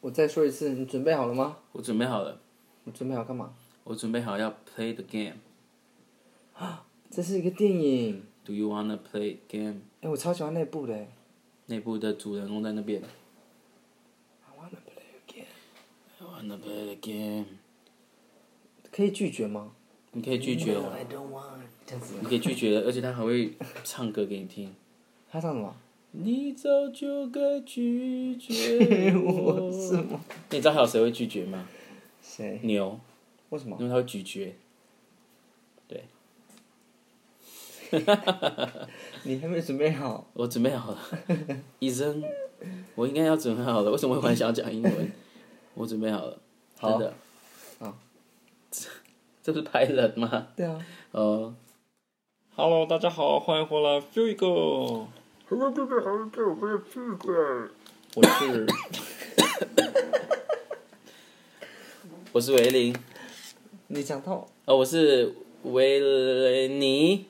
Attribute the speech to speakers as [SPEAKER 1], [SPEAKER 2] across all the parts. [SPEAKER 1] 我再说一次，你准备好了吗？
[SPEAKER 2] 我准备好了，
[SPEAKER 1] 你准备好干嘛？
[SPEAKER 2] 我准备好要 play the game。
[SPEAKER 1] 这是一个电影，
[SPEAKER 2] Do you wanna play game？
[SPEAKER 1] 哎，我超喜欢那部的。
[SPEAKER 2] 内部的主人公在那边。
[SPEAKER 1] I wanna play again。
[SPEAKER 2] I wanna play the game。
[SPEAKER 1] 可以拒绝吗？
[SPEAKER 2] 你可以拒绝了，
[SPEAKER 1] I don't want。这样子。
[SPEAKER 2] 你可以拒绝了，而且他还会唱歌给你听。
[SPEAKER 1] 他唱什么？
[SPEAKER 2] 你早就该拒绝
[SPEAKER 1] Oh.
[SPEAKER 2] 我，是吗？ 你知道还有谁会拒绝吗？
[SPEAKER 1] 谁？
[SPEAKER 2] 牛，
[SPEAKER 1] 为什么？
[SPEAKER 2] 因为他会咀嚼。对，
[SPEAKER 1] 你还没准备好？
[SPEAKER 2] 我准备好 了，医生，我应该要准备好了。为什么会忽然想要讲英 文？我准备好了，真的。
[SPEAKER 1] 好，
[SPEAKER 2] 这不是拍人吗？
[SPEAKER 1] 对啊。
[SPEAKER 2] 哦，
[SPEAKER 3] Hello，大家好，欢迎回来 Feel 一个，
[SPEAKER 2] 我是，我是维林，
[SPEAKER 1] 你讲到，
[SPEAKER 2] 哦，我是维尼，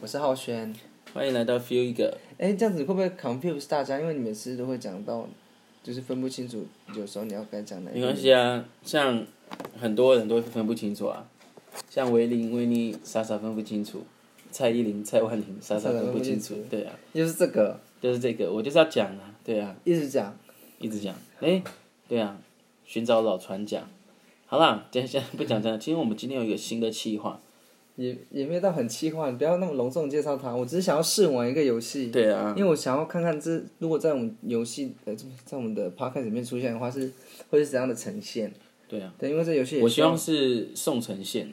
[SPEAKER 1] 我是浩轩。
[SPEAKER 2] 欢迎来到 Feel 一个。
[SPEAKER 1] 哎，这样子会不会 confuse 大家？因为你每次都会讲到，就是分不清楚，有时候你要该讲哪一个。
[SPEAKER 2] 没关系啊，像很多人都会分不清楚啊，像维林、维尼、傻傻分不清楚，蔡依林、蔡万林傻傻分不清
[SPEAKER 1] 傻傻
[SPEAKER 2] 楚
[SPEAKER 1] 分，
[SPEAKER 2] 对啊，
[SPEAKER 1] 又是这个，
[SPEAKER 2] 就是这个，我就是要讲啊，对啊，
[SPEAKER 1] 一直讲。
[SPEAKER 2] 一直讲，哎、对啊，寻找老船长。好啦，今天现在不讲这样，今天我们今天有一个新的企划，
[SPEAKER 1] 也也没有到很气话，你不要那么隆重地介绍它。我只是想要试玩一个游戏，
[SPEAKER 2] 对啊，
[SPEAKER 1] 因为我想要看看这如果在我们游戏呃，在我们的 podcast 里面出现的话是会是怎样的呈现？
[SPEAKER 2] 对啊，
[SPEAKER 1] 对，因为这游戏也
[SPEAKER 2] 我希望是宋承宪，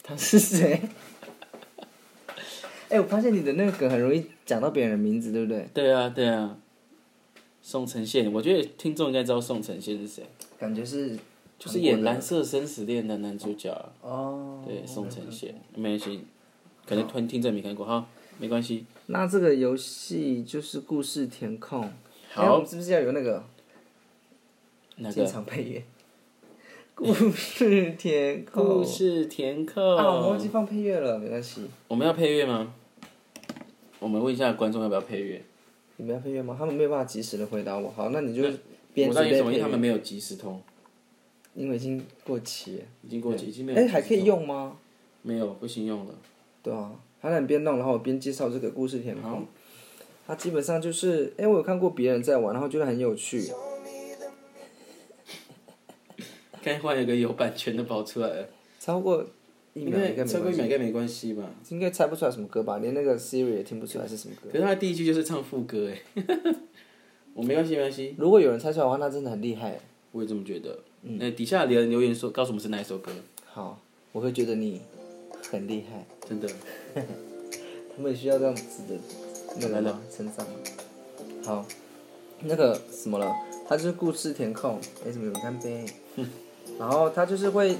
[SPEAKER 1] 他是谁？ 哎、我发现你的那个梗很容易讲到别人的名字，对不对？
[SPEAKER 2] 对啊，对啊，宋承宪，我觉得听众应该知道宋承宪是谁，
[SPEAKER 1] 感觉是
[SPEAKER 2] 就是演《蓝色生死恋》的男主角啊。
[SPEAKER 1] 哦，
[SPEAKER 2] 对，宋承宪，没关系，可能听听众没看过哈，没关系。
[SPEAKER 1] 那这个游戏就是故事填空。
[SPEAKER 2] 好
[SPEAKER 1] 哎我们是不是要有那个
[SPEAKER 2] 那
[SPEAKER 1] 进
[SPEAKER 2] 个
[SPEAKER 1] 场配乐？故事填空
[SPEAKER 2] 故。事填
[SPEAKER 1] 啊，我忘
[SPEAKER 2] 空
[SPEAKER 1] 记，放配乐了，没关系。
[SPEAKER 2] 我们要配乐吗？我们问一下观众要不要配乐？
[SPEAKER 1] 你们要配乐吗？他们没有办法及时的回答我。好，那你就边
[SPEAKER 2] 我到
[SPEAKER 1] 准
[SPEAKER 2] 底
[SPEAKER 1] 备
[SPEAKER 2] 什么？
[SPEAKER 1] 配
[SPEAKER 2] 因为他们
[SPEAKER 1] 乐，
[SPEAKER 2] 没有即时通，
[SPEAKER 1] 因为已经过期了。
[SPEAKER 2] 已经过期，已经没有。
[SPEAKER 1] 哎，还可以？用吗？
[SPEAKER 2] 没有，不行用了。
[SPEAKER 1] 对啊，好，那你边弄，然后我边介绍这个故事填空。它基本上就是，哎，我有看过别人在玩，然后觉得很有趣。
[SPEAKER 2] 该换一个有版权的跑出来了，
[SPEAKER 1] 超过一
[SPEAKER 2] 应
[SPEAKER 1] 秒
[SPEAKER 2] 该
[SPEAKER 1] 应该没
[SPEAKER 2] 超过
[SPEAKER 1] 关
[SPEAKER 2] 一秒
[SPEAKER 1] 系，
[SPEAKER 2] 应该没关系吧？
[SPEAKER 1] 应该猜不出来什么歌吧？连那个 Siri 也听不出来是什么歌
[SPEAKER 2] 可。是他第一句就是唱副歌哎， 我没关系没关系，
[SPEAKER 1] 如果有人猜出来的话，那真的很厉害。
[SPEAKER 2] 我也这么觉得。
[SPEAKER 1] 嗯
[SPEAKER 2] 那底下留言留言说，告诉我们是哪一首歌，
[SPEAKER 1] 好，我会觉得你很厉害。
[SPEAKER 2] 真的。
[SPEAKER 1] 他们也需要这样子的那个
[SPEAKER 2] 来
[SPEAKER 1] 吗
[SPEAKER 2] 了？
[SPEAKER 1] 成长。好，那个什么了，它就是故事填空，哎，什么有人干 杯？然后它就是会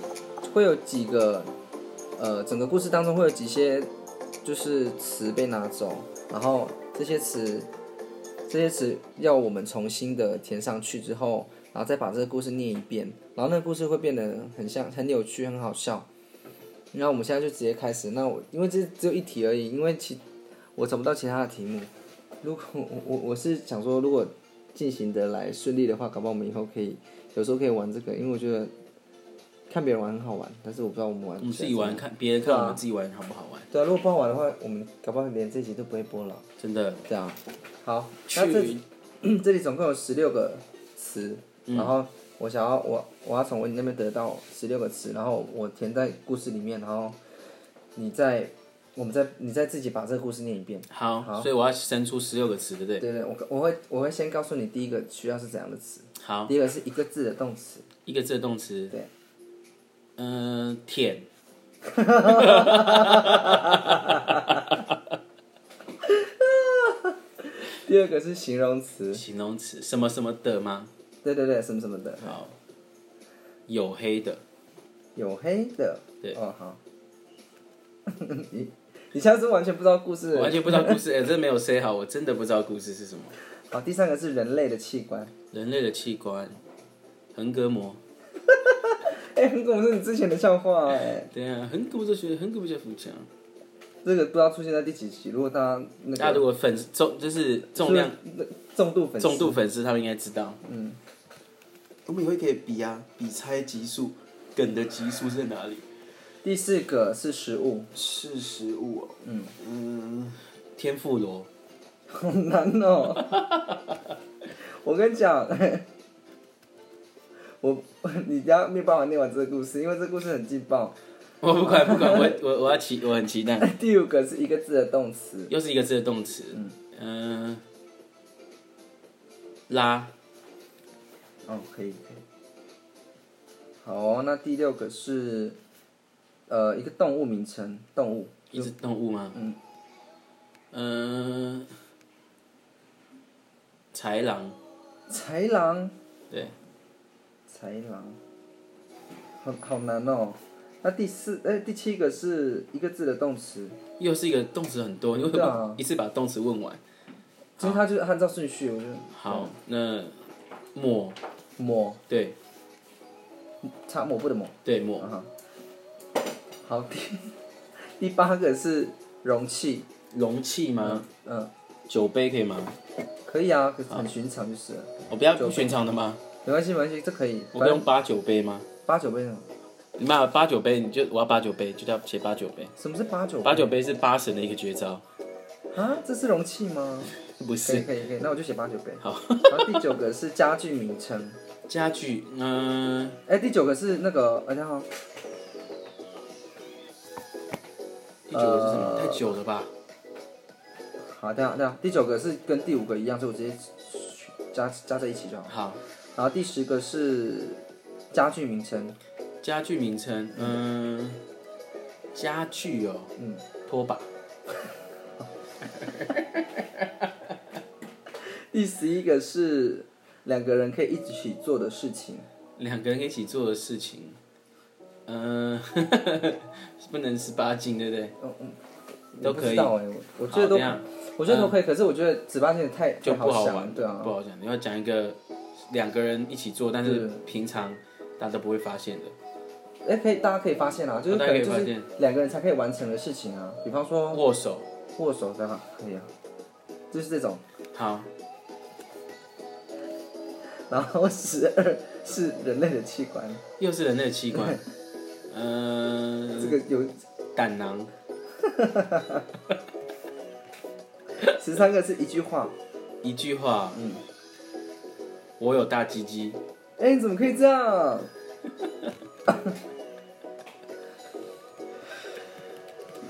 [SPEAKER 1] 会有几个，呃，整个故事当中会有几些就是词被拿走，然后这些词这些词要我们重新的填上去之后，然后再把这个故事念一遍，然后那个故事会变得很像很有趣，很好笑。然后我们现在就直接开始。那我因为这只有一题而已，因为其我找不到其他的题目。如果我我我是想说，如果进行的来顺利的话，搞不好我们以后可以有时候可以玩这个，因为我觉得看别人玩很好玩，但是我不知道我们玩
[SPEAKER 2] 我们自己玩看，别人看我们自己玩好不好玩？
[SPEAKER 1] 对啊，如果不好玩的话，我们搞不好连这集都不会播了。
[SPEAKER 2] 真的。
[SPEAKER 1] 对啊，好，
[SPEAKER 2] 去
[SPEAKER 1] 那这嗯这里总共有十六个词，然后我想要我我要从你那边得到十六个词，然后我填在故事里面，然后你再我们再你再自己把这个故事念一遍。
[SPEAKER 2] 好，所以我要生出十六个词，对不对？
[SPEAKER 1] 对对，我我会我会先告诉你第一个需要是怎样的词，
[SPEAKER 2] 好，
[SPEAKER 1] 第一个是一个字的动词，
[SPEAKER 2] 一个字的动词。
[SPEAKER 1] 对。
[SPEAKER 2] 嗯、舔。
[SPEAKER 1] 第二个是形容词，
[SPEAKER 2] 形容词，什么什么的吗？
[SPEAKER 1] 对对对，什么什么的，
[SPEAKER 2] 好，黝黑的，
[SPEAKER 1] 有黑的，
[SPEAKER 2] 对
[SPEAKER 1] 哦好， 你你现在是完全不知道故事的，
[SPEAKER 2] 我完全不知道故事，哎、真的没有 say 好，我真的不知道故事是什么。
[SPEAKER 1] 好，第三个是人类的器官。
[SPEAKER 2] 人类的器官，横膈膜。
[SPEAKER 1] 哎、很恐怖，是你之前的笑话哎、
[SPEAKER 2] 对啊，横膈膜这学，横膈膜叫腹腔。
[SPEAKER 1] 这个不知道出现在第几集。如果大家那
[SPEAKER 2] 大家
[SPEAKER 1] 个
[SPEAKER 2] 如果粉丝重，就是重量啊
[SPEAKER 1] 重度粉丝
[SPEAKER 2] 重度粉丝，他们应该知道。嗯。我们也会可以比啊，比猜级数，梗的级数在哪里？
[SPEAKER 1] 第四个是食物，
[SPEAKER 2] 是食物、哦。嗯嗯，天妇罗，
[SPEAKER 1] 好难哦。我跟你讲， 我 你等下没有办法念完这个故事，因为这个故事很劲爆。
[SPEAKER 2] 我不管不管，我 我我要期我很期待。
[SPEAKER 1] 第五个是一个字的动词，
[SPEAKER 2] 又是一个字的动词。嗯、拉
[SPEAKER 1] 哦，可以可以。好，那第六个是呃一个动物名称，动物
[SPEAKER 2] 一只动物吗？嗯。嗯、豺狼，
[SPEAKER 1] 豺狼，
[SPEAKER 2] 对，
[SPEAKER 1] 豺狼，好好难哦。那第四哎、第七个是一个字的动词，
[SPEAKER 2] 又是一个动词很多，你为什
[SPEAKER 1] 对啊
[SPEAKER 2] 么一次把动词问完？
[SPEAKER 1] 其实它就是按照顺序，我觉得
[SPEAKER 2] 好，那抹，
[SPEAKER 1] 抹
[SPEAKER 2] 对
[SPEAKER 1] 擦抹布的抹。
[SPEAKER 2] 对抹，
[SPEAKER 1] 啊好，第 第八个是容器，
[SPEAKER 2] 容器吗？
[SPEAKER 1] 嗯，
[SPEAKER 2] 酒杯可以吗？
[SPEAKER 1] 可以啊，可是很寻常就是了，
[SPEAKER 2] 我不要不寻常的吗？
[SPEAKER 1] 没关系没关系，这可以，
[SPEAKER 2] 我不
[SPEAKER 1] 反
[SPEAKER 2] 用
[SPEAKER 1] 正
[SPEAKER 2] 八九杯吗？
[SPEAKER 1] 八九杯什么？
[SPEAKER 2] 你骂八九杯，你就我要八九杯，就叫写八九杯。
[SPEAKER 1] 什么是八九？
[SPEAKER 2] 八九杯是八神的一个绝招，
[SPEAKER 1] 啊，这是容器吗？
[SPEAKER 2] 不
[SPEAKER 1] 可以
[SPEAKER 2] 是？
[SPEAKER 1] 可以可以，那我就写八九杯。
[SPEAKER 2] 好，
[SPEAKER 1] 然后第九个是家具名称，
[SPEAKER 2] 家具，嗯、
[SPEAKER 1] 哎，第九个是那个，哎，等一下哦
[SPEAKER 2] 第九个是什么？
[SPEAKER 1] 呃
[SPEAKER 2] 太久了吧？
[SPEAKER 1] 好，等一下等一下，第九个是跟第五个一样，所以我直接加加在一起就好。
[SPEAKER 2] 好，
[SPEAKER 1] 然后第十个是家具名称，
[SPEAKER 2] 家具名称，嗯、家具哦，
[SPEAKER 1] 嗯，
[SPEAKER 2] 拖把，
[SPEAKER 1] 第十一个是两个人可以一起做的事情。
[SPEAKER 2] 两个人一起做的事情，嗯、 不能十八禁，对不对？
[SPEAKER 1] 嗯嗯，
[SPEAKER 2] 都
[SPEAKER 1] 我不
[SPEAKER 2] 可
[SPEAKER 1] 知
[SPEAKER 2] 以。
[SPEAKER 1] 道哎、我我觉得
[SPEAKER 2] 好
[SPEAKER 1] 都
[SPEAKER 2] 这样，
[SPEAKER 1] 我觉得都可以，可是我觉得纸八戒太
[SPEAKER 2] 嗯就
[SPEAKER 1] 太
[SPEAKER 2] 不好
[SPEAKER 1] 想
[SPEAKER 2] 玩
[SPEAKER 1] 了，，对啊
[SPEAKER 2] 不，好讲。你要讲一个两个人一起做，但是
[SPEAKER 1] 对
[SPEAKER 2] 平常大家都不会发现的。
[SPEAKER 1] 哎、可以，大家可以发现啊，就是可
[SPEAKER 2] 哦大家可
[SPEAKER 1] 能
[SPEAKER 2] 以
[SPEAKER 1] 就
[SPEAKER 2] 发
[SPEAKER 1] 是
[SPEAKER 2] 现
[SPEAKER 1] 两个人才可以完成的事情啊，比方说
[SPEAKER 2] 握手，
[SPEAKER 1] 握手的话可以啊，就是这种。
[SPEAKER 2] 好，
[SPEAKER 1] 然后十二 是人类的器官，
[SPEAKER 2] 又是人类的器 官，嗯、
[SPEAKER 1] 这个有
[SPEAKER 2] 胆囊，
[SPEAKER 1] 十三个是一句话，
[SPEAKER 2] 一句话，嗯，我有大鸡鸡，
[SPEAKER 1] 哎、你怎么可以这样？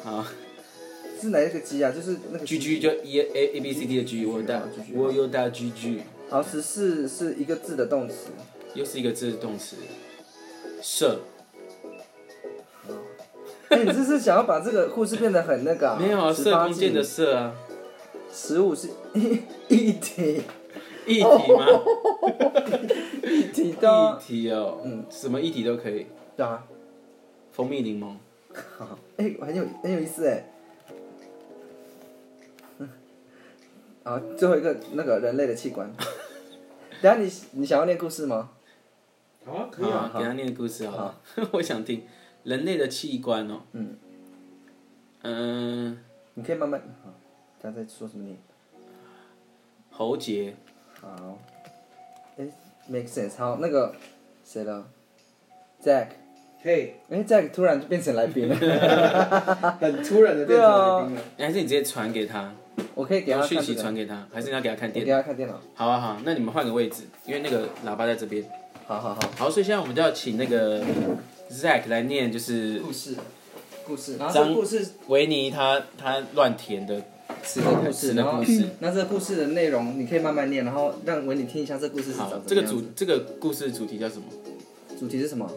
[SPEAKER 2] 好，
[SPEAKER 1] 是哪一个鸡啊？就是那个
[SPEAKER 2] 居居就 E A A B C D 的居，我有大
[SPEAKER 1] 居居，
[SPEAKER 2] 我有大居居，
[SPEAKER 1] 好，十四是一个字的动词，
[SPEAKER 2] 又是一个字动词，射，
[SPEAKER 1] 哎、你这是想要把这个故事变得很那个、啊？
[SPEAKER 2] 没有啊，射
[SPEAKER 1] 18
[SPEAKER 2] 弓箭的射啊，
[SPEAKER 1] 哦十五是一 体
[SPEAKER 2] 一体吗？
[SPEAKER 1] 一体的
[SPEAKER 2] 一
[SPEAKER 1] 啊，
[SPEAKER 2] 体哦，嗯，什么一体都可以，
[SPEAKER 1] 对啊，
[SPEAKER 2] 蜂蜜柠檬，
[SPEAKER 1] 好， 哎、很有很有意思哎。 嗯，啊，最后一个那个人类的器 官。等一下你你想要念故事吗？
[SPEAKER 3] 好啊，可以啊。
[SPEAKER 2] 好，给他念故事好了， 我想听人类的器官哦，嗯，嗯，
[SPEAKER 1] 你可以慢慢好，等一下再说什么念。
[SPEAKER 2] 喉结，
[SPEAKER 1] 好，哎、m a k e sense。好，那个谁了？Jack，
[SPEAKER 3] 嘿，
[SPEAKER 1] 哎、j a c k 突然就变成来宾 了，啊
[SPEAKER 3] 很突然的变成来宾了。
[SPEAKER 2] 还是你直接传给他，
[SPEAKER 1] 我可以给他
[SPEAKER 2] 用
[SPEAKER 1] 看、
[SPEAKER 2] 讯
[SPEAKER 1] 这
[SPEAKER 2] 息
[SPEAKER 1] 个
[SPEAKER 2] 传给他，还是你要给他看
[SPEAKER 1] 我
[SPEAKER 2] 电
[SPEAKER 1] 给
[SPEAKER 2] 脑？
[SPEAKER 1] 他看电脑。
[SPEAKER 2] 好啊好，那你们换个位置，因为那个喇叭在这边。
[SPEAKER 1] 好好好，
[SPEAKER 2] 好，所以现在我们就要请那个 Zack 来念，就是
[SPEAKER 1] 故事，故事，然后这
[SPEAKER 2] 张
[SPEAKER 1] 个故事
[SPEAKER 2] 维尼他他乱填的
[SPEAKER 1] 词的故事，
[SPEAKER 2] 词的
[SPEAKER 1] 哦然后嗯
[SPEAKER 2] 故事
[SPEAKER 1] 那这个故事的内容你可以慢慢念，然后让维尼听一下这个故事是
[SPEAKER 2] 好
[SPEAKER 1] 长，
[SPEAKER 2] 这
[SPEAKER 1] 什么
[SPEAKER 2] 个
[SPEAKER 1] 样子
[SPEAKER 2] 主这个故事主题叫什么？
[SPEAKER 1] 主题是什么？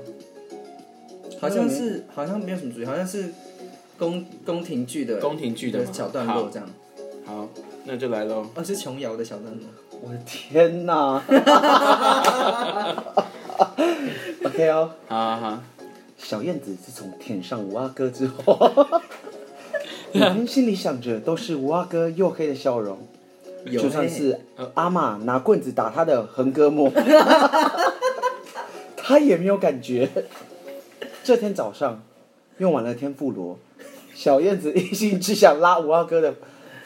[SPEAKER 1] 好像是好像没有什么主题，好像是宫宫廷剧的
[SPEAKER 2] 宫廷剧的
[SPEAKER 1] 的
[SPEAKER 2] 吗
[SPEAKER 1] 小段落这样，
[SPEAKER 2] 好，那就来喽。
[SPEAKER 1] 哦是琼瑶的小段落。我的天哪 ！OK 哦，
[SPEAKER 2] 好 好好，
[SPEAKER 4] 小燕子自从舔上五阿哥之后，每天心里想着都是五阿哥黝黑的笑容，就算是阿嬷拿棍子打他的横膈膜，他也没有感觉。这天早上，用完了天妇罗，小燕子一心只想拉五阿哥的，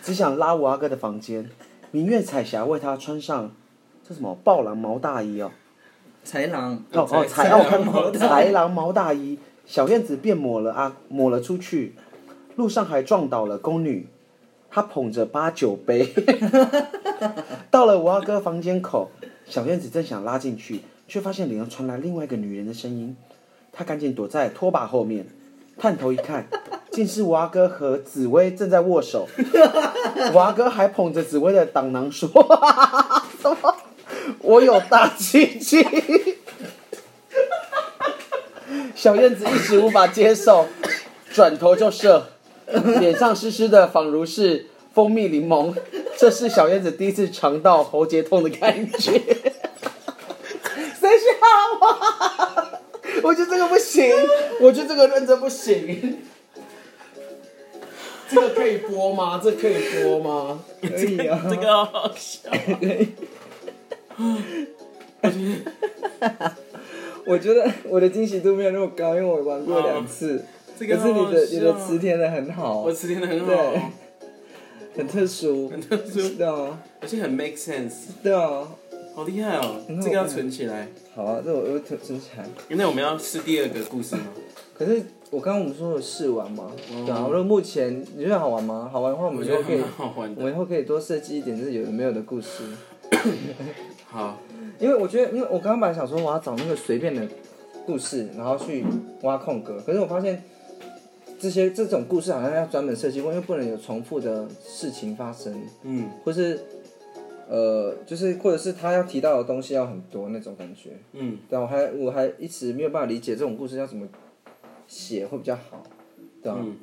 [SPEAKER 4] 只想拉五阿哥的房间。明月彩霞为他穿上这什么豹狼毛大衣哦，
[SPEAKER 1] 豺狼，
[SPEAKER 4] 哦哦，豺
[SPEAKER 1] 狼
[SPEAKER 4] 哦，我看
[SPEAKER 1] 毛
[SPEAKER 4] 过
[SPEAKER 1] 大
[SPEAKER 4] 豺狼毛大衣，小燕子便抹了啊，抹了出去，路上还撞倒了宫女，她捧着八九杯， 到了五阿哥房间口，小燕子正想拉进去，却发现里头传来另外一个女人的声音，她赶紧躲在拖把后面，探头一看，竟是五阿哥和紫薇正在握手，五阿哥还捧着紫薇的挡囊说：“ 什么？我有大鸡鸡。”小燕子一时无法接受，转头就射，脸上湿湿的，仿如是蜂蜜柠檬。这是小燕子第一次尝到喉结痛的感 觉。谁笑我？啊我觉得这个不行，我觉得这个认真不行。这个可以播吗？这可以播吗？
[SPEAKER 1] 可以啊，
[SPEAKER 2] 这个好好笑。
[SPEAKER 1] 哎 我觉得我的惊喜度没有那么高，因为我玩过两次。
[SPEAKER 2] 这
[SPEAKER 1] 可
[SPEAKER 2] 个
[SPEAKER 1] 是你的你的词
[SPEAKER 2] 词，
[SPEAKER 1] 填的很好
[SPEAKER 2] 我，词填的很
[SPEAKER 1] 对
[SPEAKER 2] 好，
[SPEAKER 1] 很特殊，
[SPEAKER 2] 很特殊，
[SPEAKER 1] 对啊，
[SPEAKER 2] 而且很 make sense，
[SPEAKER 1] 对啊。
[SPEAKER 2] 好厉害哦！
[SPEAKER 1] 好
[SPEAKER 2] 这个要存起来。
[SPEAKER 1] 好啊，这我又存存起来。
[SPEAKER 2] 那我们要试第二个故事 吗？
[SPEAKER 1] 可是我刚刚我们说有试玩嘛，对啊。如果目前你觉得好玩吗？好玩的话，我
[SPEAKER 2] 哦我
[SPEAKER 1] 们以
[SPEAKER 2] 觉
[SPEAKER 1] 后
[SPEAKER 2] 得
[SPEAKER 1] 可以
[SPEAKER 2] 蛮，好玩
[SPEAKER 1] 我
[SPEAKER 2] 的。
[SPEAKER 1] 们以后可以多设计一点，就是有的没有的故事。
[SPEAKER 2] 好，
[SPEAKER 1] 因为我觉得，因为我刚刚本来想说我要找那个随便的故事，然后去挖空格，可是我发现这些这种故事好像要专门设计过，因为不能有重复的事情发生，
[SPEAKER 2] 嗯
[SPEAKER 1] 或是呃，就是或者是他要提到的东西要很多那种感觉。
[SPEAKER 2] 嗯，
[SPEAKER 1] 对啊，我还我还一直没有办法理解这种故事要怎么写会比较好，对啊。
[SPEAKER 2] 嗯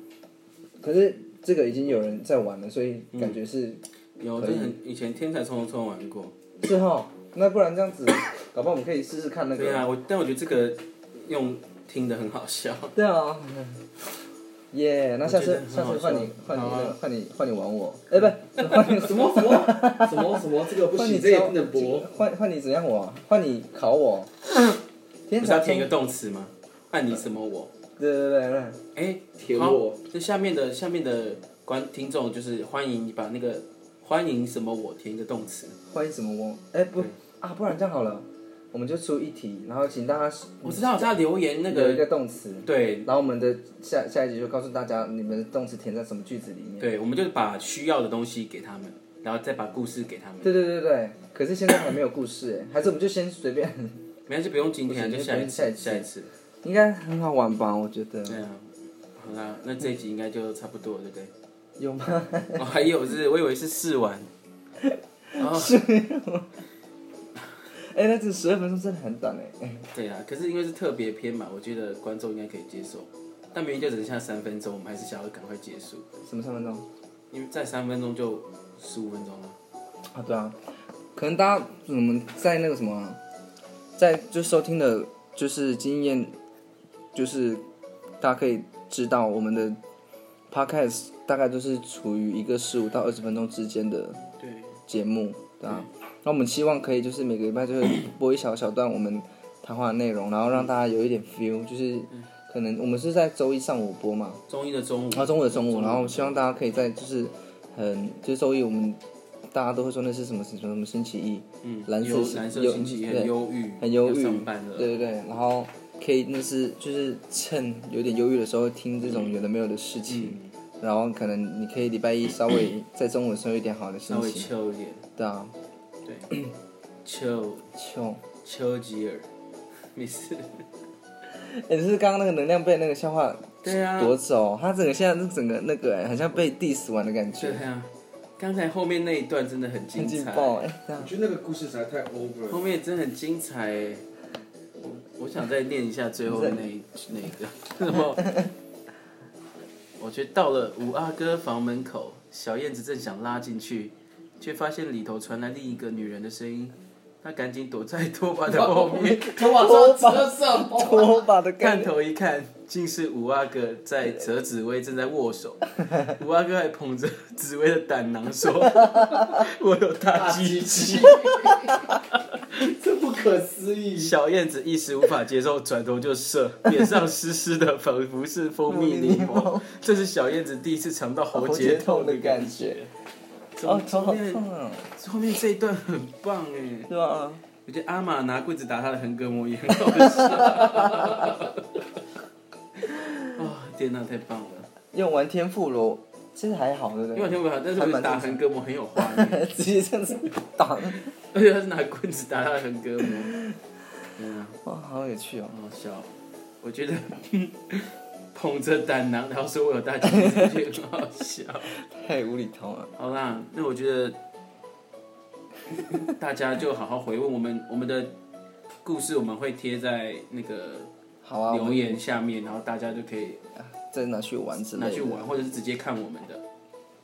[SPEAKER 1] 可是这个已经有人在玩了，所以感觉是
[SPEAKER 2] 有，
[SPEAKER 1] 可
[SPEAKER 2] 这
[SPEAKER 1] 以
[SPEAKER 2] 很以前天才冲冲冲玩过。
[SPEAKER 1] 是哈、那不然这样子，搞不好我们可以试试看那
[SPEAKER 2] 对
[SPEAKER 1] 个。
[SPEAKER 2] 啊，我但我觉得这个用听的很好笑。
[SPEAKER 1] 对啊。耶那下
[SPEAKER 2] 我觉
[SPEAKER 1] 次
[SPEAKER 2] 得很
[SPEAKER 1] 下
[SPEAKER 2] 好
[SPEAKER 1] 次换你
[SPEAKER 2] 笑
[SPEAKER 1] 换你
[SPEAKER 2] 好啊
[SPEAKER 1] 那个换你换你玩我，哎、不是换你什么什么
[SPEAKER 4] 什么什么？这个不
[SPEAKER 1] 换你教，换换你怎样我啊，换你考 我。天
[SPEAKER 2] 不是
[SPEAKER 1] 才
[SPEAKER 2] 要填一个
[SPEAKER 1] 冲
[SPEAKER 2] 动词吗？按你什么我？
[SPEAKER 1] 对对对对，
[SPEAKER 2] 哎，
[SPEAKER 4] 填
[SPEAKER 2] 好
[SPEAKER 4] 我。
[SPEAKER 2] 那下面的下面的观听众就是欢迎你把那个欢迎什么我填一个动词。
[SPEAKER 1] 欢迎什么我？哎、不
[SPEAKER 2] 对
[SPEAKER 1] 啊，不然这样好了，我们就出一题，然后请大家
[SPEAKER 2] 我知道他留言那
[SPEAKER 1] 有一个
[SPEAKER 2] 个，
[SPEAKER 1] 动词，
[SPEAKER 2] 对
[SPEAKER 1] 然后我们的下下一集就告诉大家你们的动词填在什么句子里面。
[SPEAKER 2] 对，我们就把需要的东西给他们，然后再把故事给他们。
[SPEAKER 1] 对对对对，可是现在还没有故事哎，还是我们就先随便，
[SPEAKER 2] 没关系，不用今天，
[SPEAKER 1] 不
[SPEAKER 2] 就
[SPEAKER 1] 行
[SPEAKER 2] 下
[SPEAKER 1] 下一
[SPEAKER 2] 一次，
[SPEAKER 1] 次
[SPEAKER 2] 下一次。
[SPEAKER 1] 应该很好玩吧？我觉得
[SPEAKER 2] 对啊，好啦，那这一集应该就差不多了，对不 对？
[SPEAKER 1] 有吗？
[SPEAKER 2] 哦，还有是，我以为是试玩。哦，
[SPEAKER 1] 哎，那这十二分钟真的很短哎，
[SPEAKER 2] 对啊，可是因为是特别篇嘛，我觉得观众应该可以接受。但明明就只剩下三分钟，我们还是想要赶快结束，
[SPEAKER 1] 什么三分钟？
[SPEAKER 2] 因为再三分钟就十五分钟了。
[SPEAKER 1] 啊，对啊，可能大家我们在那个什么，在就收听的，就是经验，就是大家可以知道我们的 podcast 大概就是处于一个十五到二十分钟之间的
[SPEAKER 2] 对，
[SPEAKER 1] 节目，对啊。那我们希望可以就是每个礼拜就是播一小小段我们谈话的内容，然后让大家有一点 feel，就是可能我们是在周一上午播嘛，
[SPEAKER 2] 中一的中午
[SPEAKER 1] 然，后嗯中午的中午，然后希望大家可以在就是很就是周一我们大家都会说那是什么什么什么星期一，
[SPEAKER 2] 嗯，
[SPEAKER 1] 蓝色
[SPEAKER 2] 忧
[SPEAKER 1] 星
[SPEAKER 2] 蓝色
[SPEAKER 1] 忧
[SPEAKER 2] 星期一
[SPEAKER 1] 对
[SPEAKER 2] 很忧郁，
[SPEAKER 1] 很忧郁
[SPEAKER 2] 要上班了。
[SPEAKER 1] 对对对，然后可以那是就是趁有点忧郁的时候听这种有的没有的事情，
[SPEAKER 2] 嗯，
[SPEAKER 1] 然后可能你可以礼拜一稍微在中午的时候有一点好的
[SPEAKER 2] 稍
[SPEAKER 1] 心
[SPEAKER 2] 微
[SPEAKER 1] 情，
[SPEAKER 2] 秋一点，
[SPEAKER 1] 对啊，
[SPEAKER 2] 对秋
[SPEAKER 1] 就
[SPEAKER 2] 丘吉尔， 没事。
[SPEAKER 1] 哎，就是刚刚那个能量被那个笑话
[SPEAKER 2] 对啊，
[SPEAKER 1] 夺走，他整个现在整个那个哎，好像被 diss 完的感
[SPEAKER 2] 对
[SPEAKER 1] 觉，
[SPEAKER 2] 啊，刚才后面那一段真的很
[SPEAKER 1] 很
[SPEAKER 2] 精
[SPEAKER 1] 劲
[SPEAKER 2] 彩，
[SPEAKER 1] 爆哎，这样
[SPEAKER 4] 觉得那个故事实在太 over
[SPEAKER 2] 后面真的很精彩欸。我我想再念一下最后那一那一个，然后我觉得到了五阿哥房门口，小燕子正想拉进去，却发现里头传来另一个女人的声音，她赶紧躲在拖把的后面，
[SPEAKER 4] 头发
[SPEAKER 1] 头发
[SPEAKER 4] 折什么？
[SPEAKER 1] 拖把的
[SPEAKER 2] 探
[SPEAKER 1] 感觉，
[SPEAKER 2] 头一看，竟是五阿哥在折紫薇正在握 手，五阿哥还捧着紫薇的胆囊 说：“我有大鸡鸡。”
[SPEAKER 4] 这不可思议！
[SPEAKER 2] 小燕子一时无法接受，转头就 射，脸上湿湿的，仿佛是蜂蜜柠檬。这是小燕子第一次尝到喉结痛的感觉。
[SPEAKER 1] 哦，头好
[SPEAKER 2] 后面
[SPEAKER 1] 痛啊，
[SPEAKER 2] 后面这一段很棒哎，
[SPEAKER 1] 对吧？啊
[SPEAKER 2] 我觉得阿玛拿棍子打他的横膈膜也很好笑。哦，天哪，太棒了！
[SPEAKER 1] 用完天妇罗，其实还好，对不
[SPEAKER 2] 因为我
[SPEAKER 1] 对？
[SPEAKER 2] 听不好，但是
[SPEAKER 1] 还
[SPEAKER 2] 我觉
[SPEAKER 1] 蛮
[SPEAKER 2] 得打横膈膜很有画面，
[SPEAKER 1] 直接这样子打，
[SPEAKER 2] 而且他是拿棍子打他的横膈膜，嗯，
[SPEAKER 1] 哇，好有趣哦！
[SPEAKER 2] 好好笑。我觉得捧着胆囊，然后说我有大姐姐，我觉得很好笑。
[SPEAKER 1] 太无厘头了。
[SPEAKER 2] 好啦，那我觉得大家就好好回问我们我们的故事，我们会贴在那个
[SPEAKER 1] 好啊，我
[SPEAKER 2] 留
[SPEAKER 1] 们
[SPEAKER 2] 言下面，然后大家就可以
[SPEAKER 1] 再拿去玩之类
[SPEAKER 2] 拿
[SPEAKER 1] 的。
[SPEAKER 2] 去玩，或者是直接看我们的。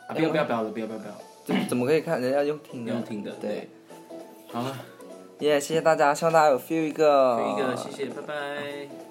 [SPEAKER 2] 啊，不要不要不要了，不要不要不要，
[SPEAKER 1] 怎怎么可以看？人家用听的。
[SPEAKER 2] 用听的
[SPEAKER 1] 哎对
[SPEAKER 2] 对。。好了，
[SPEAKER 1] 耶谢谢大家，希望大家有 feel 一个。
[SPEAKER 2] 第一个谢谢，拜拜。